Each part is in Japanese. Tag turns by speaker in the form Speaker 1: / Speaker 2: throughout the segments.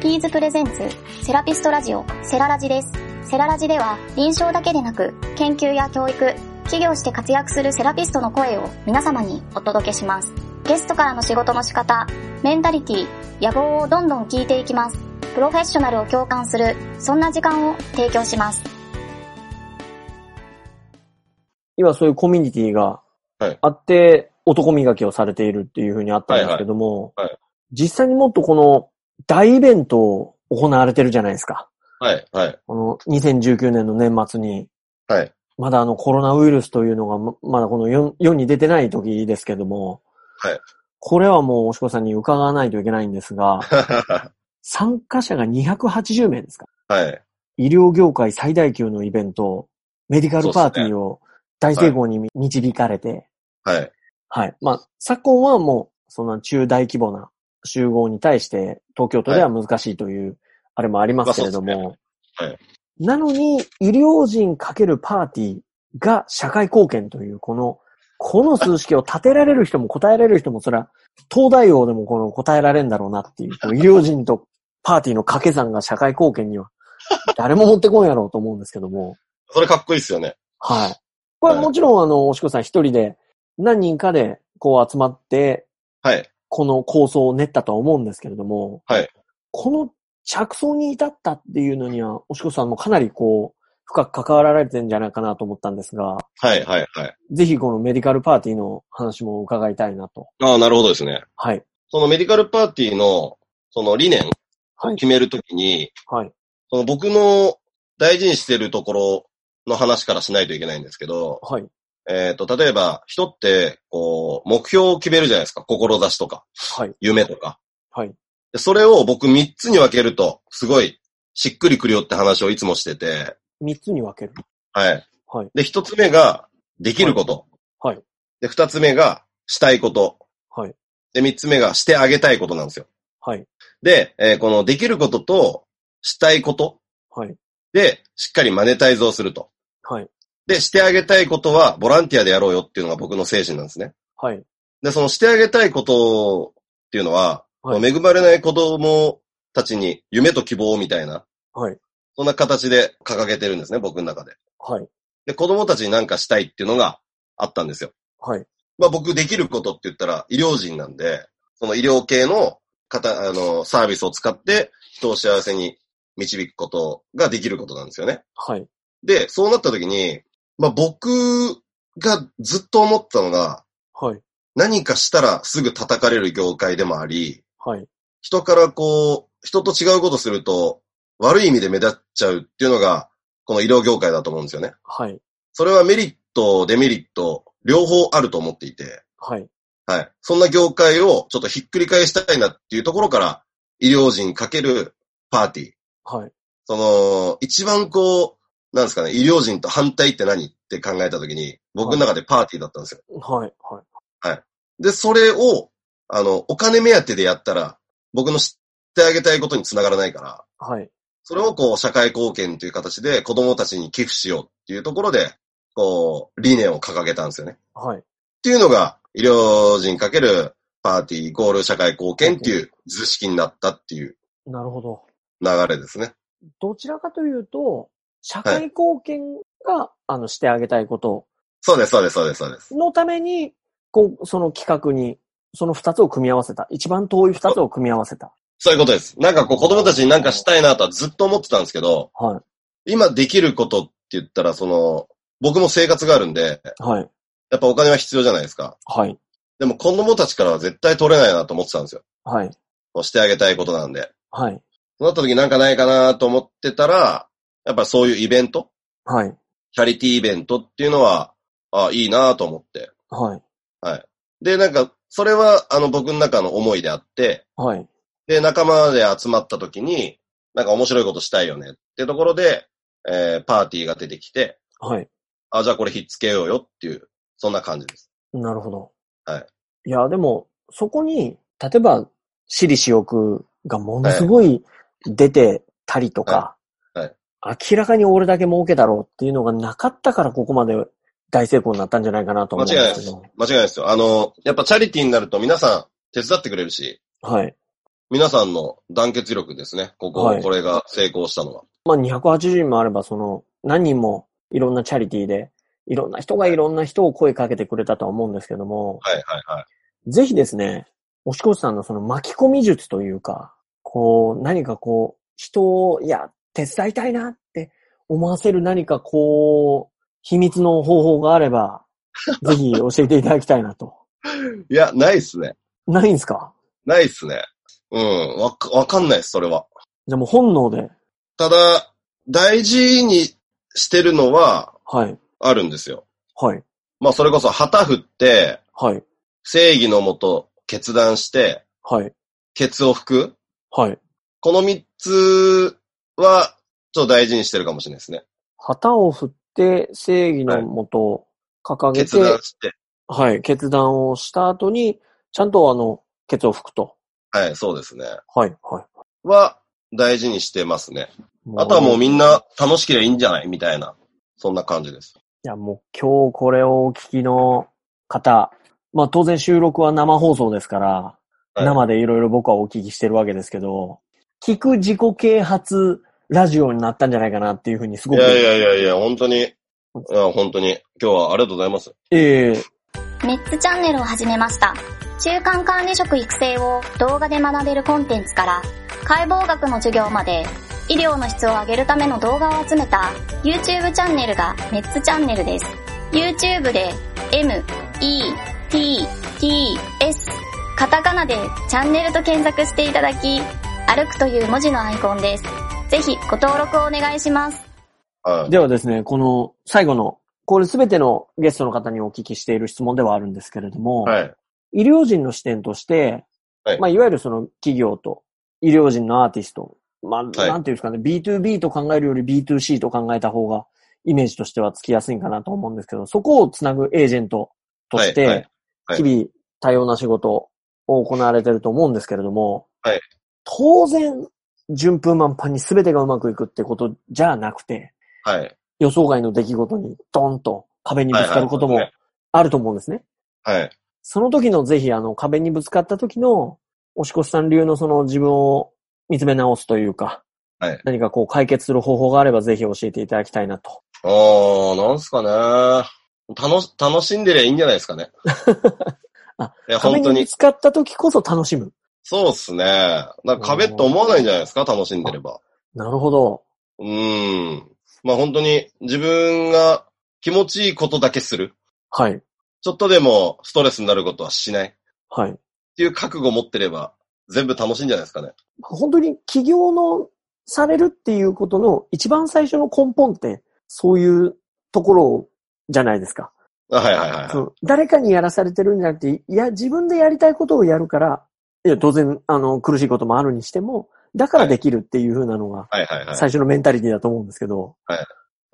Speaker 1: ピーズプレゼンツセラピストラジオセララジです。セララジでは臨床だけでなく研究や教育、企業して活躍するセラピストの声を皆様にお届けします。ゲストからの仕事の仕方、メンタリティ、野望をどんどん聞いていきます。プロフェッショナルを共感する、そんな時間を提供します。
Speaker 2: 今そういうコミュニティが
Speaker 3: はい
Speaker 2: あって、男磨きをされているっていうふうにあったんですけども、
Speaker 3: はいはいは
Speaker 2: 実際にもっとこの大イベントを行われてるじゃないですか。
Speaker 3: はい、はい、
Speaker 2: この2019年の年末に、
Speaker 3: はい、
Speaker 2: まだあのコロナウイルスというのがま、まだこの世世に出てない時ですけども、
Speaker 3: はい、
Speaker 2: これはもうおしこさんに伺わないといけないんですが
Speaker 3: は
Speaker 2: 参加者が280名ですか
Speaker 3: はい、
Speaker 2: 医療業界最大級のイベント、メディカルパーティーを大成功に導かれて、
Speaker 3: はい、
Speaker 2: はい。まあ、昨今はもう、そんな中大規模な集合に対して、東京都では難しいという、あれもありますけれど
Speaker 3: まあそう
Speaker 2: も。
Speaker 3: ねはい
Speaker 2: なのに、医療人かけるパーティーが社会貢献という、この、この数式を立てられる人も答えられる人も、それは、東大王でもこの答えられるんだろうなっていう、こう医療人とパーティーの掛け算が社会貢献には、誰も持ってこんやろうと思うんですけども。
Speaker 3: それかっこいいっすよね。
Speaker 2: はい。これは
Speaker 3: はい
Speaker 2: もちろん、あの、おしこさん一人で、何人かで、こう集まって、
Speaker 3: はい、
Speaker 2: この構想を練ったとは思うんですけれども、
Speaker 3: はい
Speaker 2: この着想に至ったっていうのには、おしこさんもかなりこう、深く関わられてるんじゃないかなと思ったんですが、
Speaker 3: はい、はい、はい。
Speaker 2: ぜひこのメディカルパーティーの話も伺いたいなと。
Speaker 3: ああ、なるほどですね。
Speaker 2: はい。
Speaker 3: そのメディカルパーティーの、その理念
Speaker 2: はい。
Speaker 3: 決めるときに、
Speaker 2: はい。
Speaker 3: その僕の大事にしてるところの話からしないといけないんですけど、
Speaker 2: はい。
Speaker 3: えっ、と、例えば、人って、こう、目標を決めるじゃないですか。志とか、
Speaker 2: はい。
Speaker 3: 夢とか。
Speaker 2: はい。
Speaker 3: でそれを僕3つに分けると、すごい、しっくりくるよって話をいつもしてて、
Speaker 2: 三つに分ける。
Speaker 3: はい。
Speaker 2: はい。
Speaker 3: で、1つ目が、できること。
Speaker 2: はいはい
Speaker 3: で、2つ目が、したいこと。
Speaker 2: はい。
Speaker 3: で、3つ目が、してあげたいことなんですよ。
Speaker 2: はい。
Speaker 3: で、えーこの、できることと、したいこと
Speaker 2: はい。
Speaker 3: で、しっかりマネタイズをすると。
Speaker 2: はい。
Speaker 3: で、してあげたいことは、ボランティアでやろうよっていうのが僕の精神なんですね。
Speaker 2: はい。
Speaker 3: で、そのしてあげたいことっていうのは、
Speaker 2: はい
Speaker 3: 恵まれない子供たちに夢と希望みたいな、
Speaker 2: はい。
Speaker 3: そんな形で掲げてるんですね、僕の中で。
Speaker 2: はい。
Speaker 3: で、子供たちに何かしたいっていうのがあったんですよ。
Speaker 2: はい。
Speaker 3: まあ僕できることって言ったら医療人なんで、その医療系の方、あの、サービスを使って人を幸せに導くことができることなんですよね。
Speaker 2: はい。
Speaker 3: で、そうなった時に、まあ僕がずっと思ったのが、
Speaker 2: はい。
Speaker 3: 何かしたらすぐ叩かれる業界でもあり、
Speaker 2: はい。
Speaker 3: 人からこう、人と違うことすると、悪い意味で目立っちゃうっていうのが、この医療業界だと思うんですよね。
Speaker 2: はい。
Speaker 3: それはメリット、デメリット、両方あると思っていて、
Speaker 2: はい。
Speaker 3: はい。そんな業界をちょっとひっくり返したいなっていうところから、医療人かけるパーティー。
Speaker 2: はい。
Speaker 3: その、一番こう、なんですかね、医療人と反対って何って考えた時に、僕の中でパーティーだったんですよ。
Speaker 2: はい。はい。
Speaker 3: で、それを、あの、お金目当てでやったら、僕の知ってあげたいことにつながらないから、
Speaker 2: はい。
Speaker 3: それをこう、社会貢献という形で子供たちに寄付しようっていうところで、こう、理念を掲げたんですよね。っ
Speaker 2: はい。
Speaker 3: ていうのが、医療人かけるパーティーイコール社会貢献っていう図式になったっていう
Speaker 2: なるほど。
Speaker 3: 流れですね。
Speaker 2: どちらかというと、社会貢献が、あの、してあげたいこと
Speaker 3: そうです、そうです、そうです、そうです。
Speaker 2: のために、こう、その企画に、その二つを組み合わせた。一番遠い二つを組み合わせた。
Speaker 3: そういうことです。なんかこう、子供たちになんかしたいなとはずっと思ってたんですけど、
Speaker 2: は
Speaker 3: 今できることって言ったら、その、僕も生活があるんで、
Speaker 2: い。はい。
Speaker 3: やっぱお金は必要じゃないですか。
Speaker 2: はい。
Speaker 3: でも子供たちからは絶対取れないなと思ってたんですよ。
Speaker 2: はい。
Speaker 3: こうしてあげたいことなんで。
Speaker 2: はい。
Speaker 3: そうなった時なんかないかなと思ってたら、やっぱそういうイベント、
Speaker 2: はい。
Speaker 3: チャリティーイベントっていうのは、あいいなと思って。
Speaker 2: はい。
Speaker 3: で、なんか、それは、あの、僕の中の思いであって、
Speaker 2: はい。
Speaker 3: で、仲間で集まった時に、なんか面白いことしたいよねってところで、えー、パーティーが出てきて、
Speaker 2: はい。
Speaker 3: あ、じゃあこれひっつけようよっていう、そんな感じです。
Speaker 2: なるほど。
Speaker 3: はい。
Speaker 2: いや、でも、そこに、例えば、私利私欲がものすごい出てたりとか、
Speaker 3: はいはい
Speaker 2: 明らかに俺だけ儲けだろうっていうのがなかったからここまで大成功になったんじゃないかなと思うんですけど。
Speaker 3: 間違いないですよ。あの、やっぱチャリティーになると皆さん手伝ってくれるし、
Speaker 2: はい。
Speaker 3: 皆さんの団結力ですね。ここ、
Speaker 2: はい
Speaker 3: これが成功したのは。
Speaker 2: まあ、280人もあれば、その、何人もいろんなチャリティーで、いろんな人がいろんな人を声かけてくれたとは思うんですけども、
Speaker 3: はいはいはい。
Speaker 2: ぜひですね、押越さんのその巻き込み術というか、こう、何かこう、人を、いや、手伝いたいなって思わせる何かこう、秘密の方法があれ ば、ぜひ教えていただきたいなと。
Speaker 3: いや、ないっすね。
Speaker 2: ないんですか
Speaker 3: ないっすね。うん。わか、わかんないっす、それは。
Speaker 2: じゃあもう本能で。
Speaker 3: ただ、大事にしてるのは
Speaker 2: はい。
Speaker 3: あるんですよ。
Speaker 2: はい。
Speaker 3: まあ、それこそ旗振って、
Speaker 2: はい。
Speaker 3: 正義のもと決断して、
Speaker 2: はい。
Speaker 3: ケツを拭く。
Speaker 2: はい。
Speaker 3: この三つは、ちょっと大事にしてるかもしれないですね。
Speaker 2: 旗を振って、正義のもとを掲げ
Speaker 3: 決
Speaker 2: て、
Speaker 3: 断して。
Speaker 2: はい、決断をした後に、ちゃんとあの、ケツを拭くと。
Speaker 3: はい、そうですね。
Speaker 2: はい、はい。
Speaker 3: は、大事にしてますね。あとはもう
Speaker 2: い
Speaker 3: みんな楽しければいいんじゃないみたいな。そんな感じです。
Speaker 2: や、もう今日これをお聞きの方、まあ当然収録は生放送ですから、
Speaker 3: はい
Speaker 2: 生でいろいろ僕はお聞きしてるわけですけど、聞く自己啓発ラジオになったんじゃないかなっていうふうにす
Speaker 3: い
Speaker 2: ごく。
Speaker 3: やいやいやいや、本当に、いや本当に、今日はありがとうございます。
Speaker 2: ええ
Speaker 1: メッツチャンネルを始めました。中間管理職育成を動画で学べるコンテンツから、解剖学の授業まで、医療の質を上げるための動画を集めた YouTube チャンネルがメッツチャンネルです。YouTube で M, E, T, T, S カタカナでチャンネルと検索していただき、歩くという文字のアイコンです。ぜひご登録をお願いします。
Speaker 3: はい。
Speaker 2: ではですね、この最後の、これすべてのゲストの方にお聞きしている質問ではあるんですけれども、
Speaker 3: はい。
Speaker 2: 医療人の視点として、
Speaker 3: はい
Speaker 2: まあ、いわゆるその企業と医療人のアーティスト、まあ、
Speaker 3: い
Speaker 2: なんていうんですかね、B2B と考えるより B2C と考えた方が、イメージとしてはつきやすいんかなと思うんですけど、そこをつなぐエージェントとし
Speaker 3: はいは
Speaker 2: て
Speaker 3: い、はい
Speaker 2: 日々多様な仕事を行われてると思うんですけれども、
Speaker 3: はい
Speaker 2: 当然、順風満帆に全てがうまくいくってことじゃなくて、
Speaker 3: はい。
Speaker 2: 予想外の出来事にドンと壁にぶつかること
Speaker 3: はいは
Speaker 2: も
Speaker 3: い
Speaker 2: あると思うんですね。
Speaker 3: はい。
Speaker 2: その時のぜひあの壁にぶつかった時の、押越さん流のその自分を見つめ直すというか、
Speaker 3: はい
Speaker 2: 何かこう解決する方法があればぜひ教えていただきたいなと。
Speaker 3: あー、なんすかね。楽し、楽しんでりゃいいんじゃないですかね。
Speaker 2: あ
Speaker 3: いや、
Speaker 2: 壁
Speaker 3: 本当
Speaker 2: にぶ
Speaker 3: に。
Speaker 2: つかった時こそ楽しむ。
Speaker 3: そうっすね。なんか壁って思わないんじゃないですか楽しんでれば。
Speaker 2: なるほど。
Speaker 3: うーん。まあ本当に自分が気持ちいいことだけする。
Speaker 2: はい。
Speaker 3: ちょっとでもストレスになることはしない。っ
Speaker 2: はい。
Speaker 3: ていう覚悟を持ってれば全部楽しいんじゃないですかね。
Speaker 2: 本当に起業のされるっていうことの一番最初の根本って、そういうところじゃないですか。
Speaker 3: あはいはいはいは い。
Speaker 2: その誰かにやらされてるんじゃなくて、いや、自分でやりたいことをやるから、いや、当然、あの、苦しいこともあるにしても、だからできるっていう風なのが、
Speaker 3: はいはいはい。
Speaker 2: 最初のメンタリティだと思うんですけど、
Speaker 3: はい
Speaker 2: やっ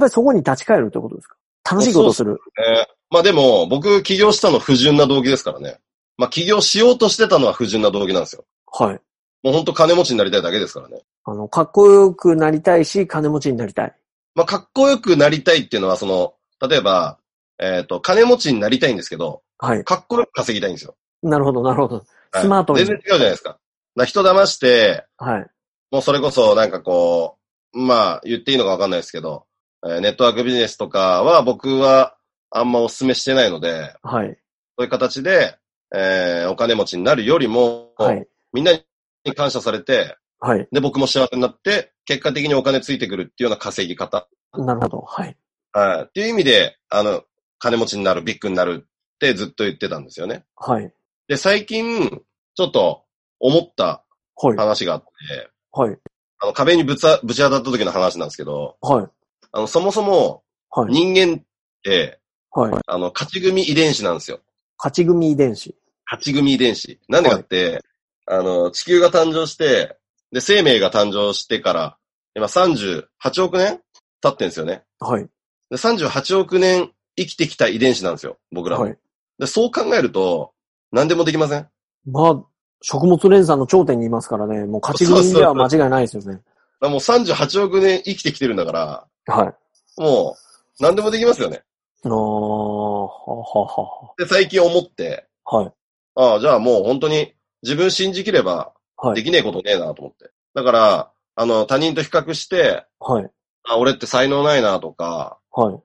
Speaker 2: ぱりそこに立ち返るってことですか楽しいことをする。
Speaker 3: えーまあでも、僕起業したの不純な動機ですからね。まあ起業しようとしてたのは不純な動機なんですよ。
Speaker 2: はい。
Speaker 3: もう本当金持ちになりたいだけですからね。
Speaker 2: あの、かっこよくなりたいし、金持ちになりたい。
Speaker 3: まあかっこよくなりたいっていうのは、その、例えば、えっ、と、金持ちになりたいんですけど、
Speaker 2: はい。
Speaker 3: かっこよく稼ぎたいんですよ。
Speaker 2: なるほど、なるほど。
Speaker 3: はい
Speaker 2: スマートに
Speaker 3: 全然違うじゃないですか。だから人騙して、
Speaker 2: はい。
Speaker 3: もうそれこそなんかこう、まあ言っていいのかわかんないですけど、えーネットワークビジネスとかは僕はあんまお勧めしてないので、
Speaker 2: はい。
Speaker 3: そういう形で、えーお金持ちになるよりも、
Speaker 2: はい。
Speaker 3: みんなに感謝されて、
Speaker 2: はい。
Speaker 3: で、僕も幸せになって、結果的にお金ついてくるっていうような稼ぎ方。
Speaker 2: なるほど。はい。
Speaker 3: はい。っていう意味で、あの、金持ちになる、ビッグになるってずっと言ってたんですよね。
Speaker 2: はい。
Speaker 3: で、最近、ちょっと思った
Speaker 2: はい。
Speaker 3: 話があって、
Speaker 2: はい。
Speaker 3: あの、壁にぶつあ、ぶち当たった時の話なんですけど、
Speaker 2: はい。
Speaker 3: あの、そもそも
Speaker 2: はい。
Speaker 3: 人間って、
Speaker 2: はい。
Speaker 3: あの、勝ち組遺伝子なんですよ。
Speaker 2: 勝ち組遺伝子。
Speaker 3: 勝ち組遺伝子。なんでかって、あの、地球が誕生して、で、生命が誕生してから、今38億年経ってんですよね。
Speaker 2: はい。
Speaker 3: で、38億年生きてきた遺伝子なんですよ、僕らは。
Speaker 2: はい。
Speaker 3: で、そう考えると、何でもできません
Speaker 2: まあ、食物連鎖の頂点にいますからね、もう勝ち組では間違いないですよね。
Speaker 3: だからもう38億年生きてきてるんだから、
Speaker 2: はい。
Speaker 3: もう、何でもできますよね。
Speaker 2: あー、ははは
Speaker 3: で、最近思って、
Speaker 2: は。はい。
Speaker 3: ああ、じゃあもう本当に自分信じきれば、
Speaker 2: はい
Speaker 3: できねえことねえなと思って。だから、あの、他人と比較して、
Speaker 2: はい。
Speaker 3: あ、俺って才能ないなとか、
Speaker 2: はい。
Speaker 3: やっ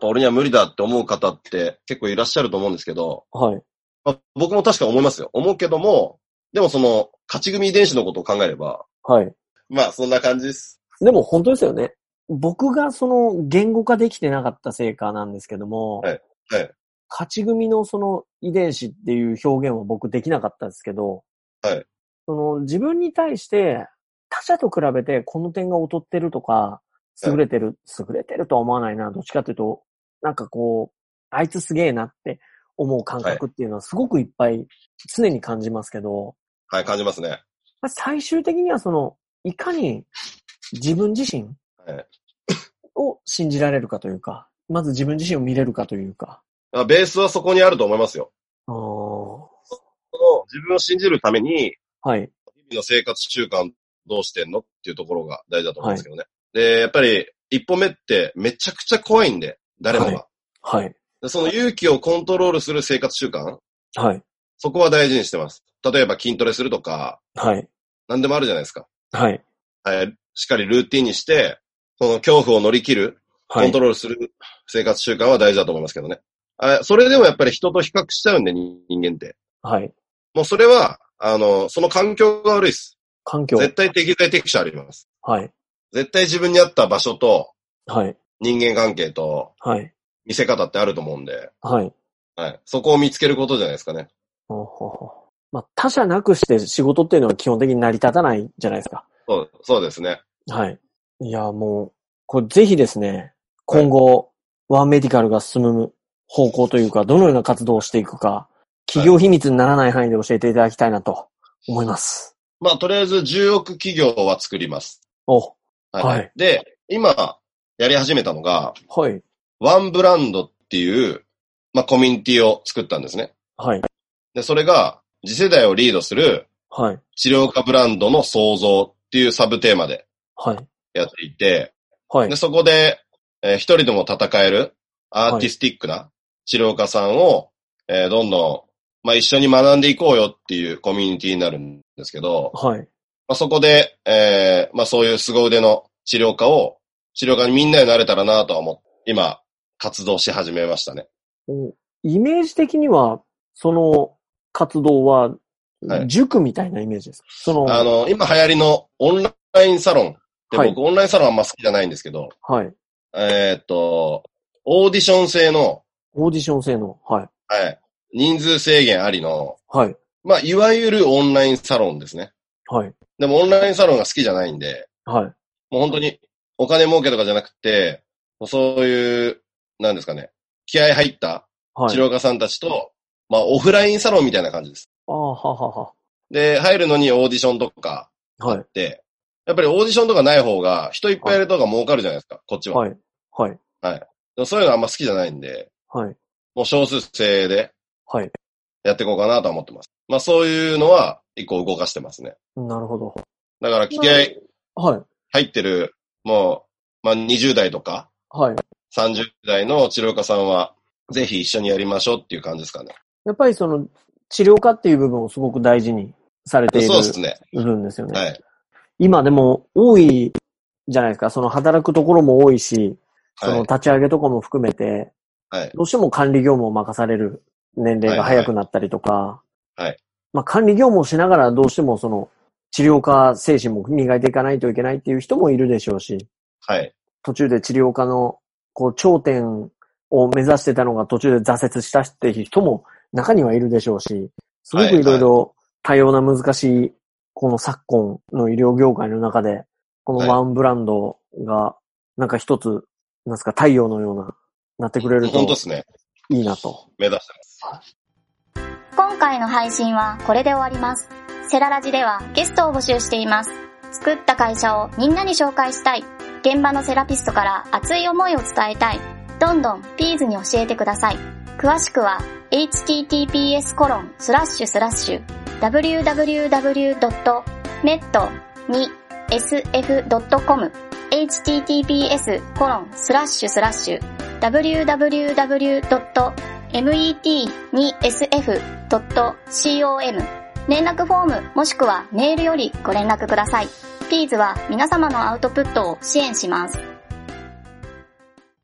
Speaker 3: ぱ俺には無理だって思う方って結構いらっしゃると思うんですけど、
Speaker 2: はい。
Speaker 3: まあ、僕も確か思いますよ。思うけども、でもその、勝ち組遺伝子のことを考えれば、
Speaker 2: はい。
Speaker 3: まあ、そんな感じです。
Speaker 2: でも本当ですよね。僕がその言語化できてなかったせいかなんですけども、
Speaker 3: はいはい
Speaker 2: 勝ち組のその遺伝子っていう表現は僕できなかったですけど、
Speaker 3: はい
Speaker 2: その自分に対して他者と比べてこの点が劣ってるとか、優れてる、優れてるとは思わないな、どっちかっていうと、なんかこう、あいつすげえなって思う感覚っていうのはすごくいっぱい常に感じますけど、
Speaker 3: はい、感じますね。
Speaker 2: まあ最終的にはその、いかに自分自身
Speaker 3: はい
Speaker 2: を信じられるかというか、まず自分自身を見れるかというか。
Speaker 3: だからベースはそこにあると思いますよ。
Speaker 2: あー
Speaker 3: その自分を信じるために、
Speaker 2: はい、
Speaker 3: 日々の生活習慣どうしてんのっていうところが大事だと思うんですけどね。で、やっぱり、一歩目ってめちゃくちゃ怖いんで、誰もが。
Speaker 2: はいはい、
Speaker 3: でその勇気をコントロールする生活習慣、
Speaker 2: はい、
Speaker 3: そこは大事にしてます。例えば筋トレするとか、
Speaker 2: はい、
Speaker 3: 何でもあるじゃないですか。
Speaker 2: はい、
Speaker 3: はい、しっかりルーティンにして、その恐怖を乗り切る、コ
Speaker 2: は
Speaker 3: ン
Speaker 2: い
Speaker 3: ト。ロールする生活習慣は大事だと思いますけどね。あそれでもやっぱり人と比較しちゃうんで、人人間って。
Speaker 2: はい。
Speaker 3: もうそれは、あの、その環境が悪いです。
Speaker 2: 環境。
Speaker 3: 絶対適材適所あります。
Speaker 2: はい、
Speaker 3: 絶対自分に合った場所と
Speaker 2: はい、
Speaker 3: 人間関係と
Speaker 2: はい、
Speaker 3: 見せ方ってあると思うんで、
Speaker 2: はい。
Speaker 3: はい。そこを見つけることじゃないですかね。
Speaker 2: ほうほうほうまあ、他者なくして仕事っていうのは基本的に成り立たないじゃないですか。
Speaker 3: そう、そうですね。
Speaker 2: はい。いや、もう、これぜひですね、今後、ワンメディカルが進む方向というか、どのような活動をしていくか、企業秘密にならない範囲で教えていただきたいなと思います。
Speaker 3: まあ、とりあえず10億企業は作ります。
Speaker 2: お、はい
Speaker 3: で、今、やり始めたのが、
Speaker 2: はい、
Speaker 3: ワンブランドっていう、まあ、コミュニティを作ったんですね。
Speaker 2: はい、
Speaker 3: で、それが、次世代をリードする
Speaker 2: はい、
Speaker 3: 治療家ブランドの創造っていうサブテーマで
Speaker 2: はい、
Speaker 3: やっていて、
Speaker 2: はい
Speaker 3: で、、そこで、えー一人でも戦えるアーティスティックな治療家さんを、えーどんどん、まあ、一緒に学んでいこうよっていうコミュニティになるんですけど、
Speaker 2: はい、
Speaker 3: まあ、そこで、えーまあ、そういう凄腕の治療家を、治療家にみんなになれたらなとは思って、今、活動し始めましたね。
Speaker 2: おイメージ的には、その活動は
Speaker 3: は、い
Speaker 2: 塾みたいなイメージですか。その、
Speaker 3: あの、今流行りのオンラインサロンって僕、
Speaker 2: はい
Speaker 3: オンラインサロンあんま好きじゃないんですけど、
Speaker 2: はい、
Speaker 3: えーっと、オーディション制の、
Speaker 2: オーディション制の、はい、
Speaker 3: はい、人数制限ありの、
Speaker 2: はい、
Speaker 3: まあ、いわゆるオンラインサロンですね。
Speaker 2: はい、
Speaker 3: でもオンラインサロンが好きじゃないんで、
Speaker 2: はい、
Speaker 3: もう本当にお金儲けとかじゃなくて、もうそういう、なんですかね、気合入った
Speaker 2: は
Speaker 3: 治
Speaker 2: い。
Speaker 3: 療家さんたちと、まあオフラインサロンみたいな感じです。
Speaker 2: ああ、ははは
Speaker 3: で、入るのにオーディションとか
Speaker 2: は。はい、
Speaker 3: で、やっぱりオーディションとかない方が人いっぱいいるとが儲かるじゃないですか、こっちは。
Speaker 2: はい、はい、
Speaker 3: でもそういうのあんま好きじゃないんで、
Speaker 2: はい、
Speaker 3: もう少数制で
Speaker 2: はい。
Speaker 3: やっていこうかなとは思ってます。まあそういうのは一個動かしてますね。
Speaker 2: なるほど。
Speaker 3: だから気合
Speaker 2: はい、
Speaker 3: 入ってる、もう、まあ20代とか、
Speaker 2: はい。
Speaker 3: 30代の治療家さんは、ぜひ一緒にやりましょうっていう感じですかね。
Speaker 2: やっぱりその治療家っていう部分をすごく大事にされている
Speaker 3: そうですね。
Speaker 2: 部分ですよね。
Speaker 3: はい。
Speaker 2: 今でも多いじゃないですか、その働くところも多いし、そ
Speaker 3: は
Speaker 2: の
Speaker 3: い。
Speaker 2: 立ち上げとかも含めて、
Speaker 3: はい。
Speaker 2: どうしても管理業務を任される年齢が早くなったりとか、
Speaker 3: いはいはい
Speaker 2: まあ管理業務をしながらどうしてもその治療家精神も磨いていかないといけないっていう人もいるでしょうし、
Speaker 3: はい。
Speaker 2: 途中で治療家のこう頂点を目指してたのが途中で挫折したっていう人も中にはいるでしょうし、すごくいろいろ多様な難しいこの昨今の医療業界の中で、このワンブランドがなんか一つ、なんですか太陽のような、なってくれる
Speaker 3: 本当
Speaker 2: と
Speaker 3: ですね。
Speaker 2: いいなと。
Speaker 3: 目指してます。
Speaker 1: 今回の配信はこれで終わります。セララジではゲストを募集しています。作った会社をみんなに紹介したい。現場のセラピストから熱い思いを伝えたい。どんどんピーズに教えてください。詳しくは https コロンスラッシュスラッシュ www.med2sf.com https コロンスラッシュスラッシュ www.med2sf.com 連絡フォームもしくはメールよりご連絡ください。ピーズは皆様のアウトプットを支援します。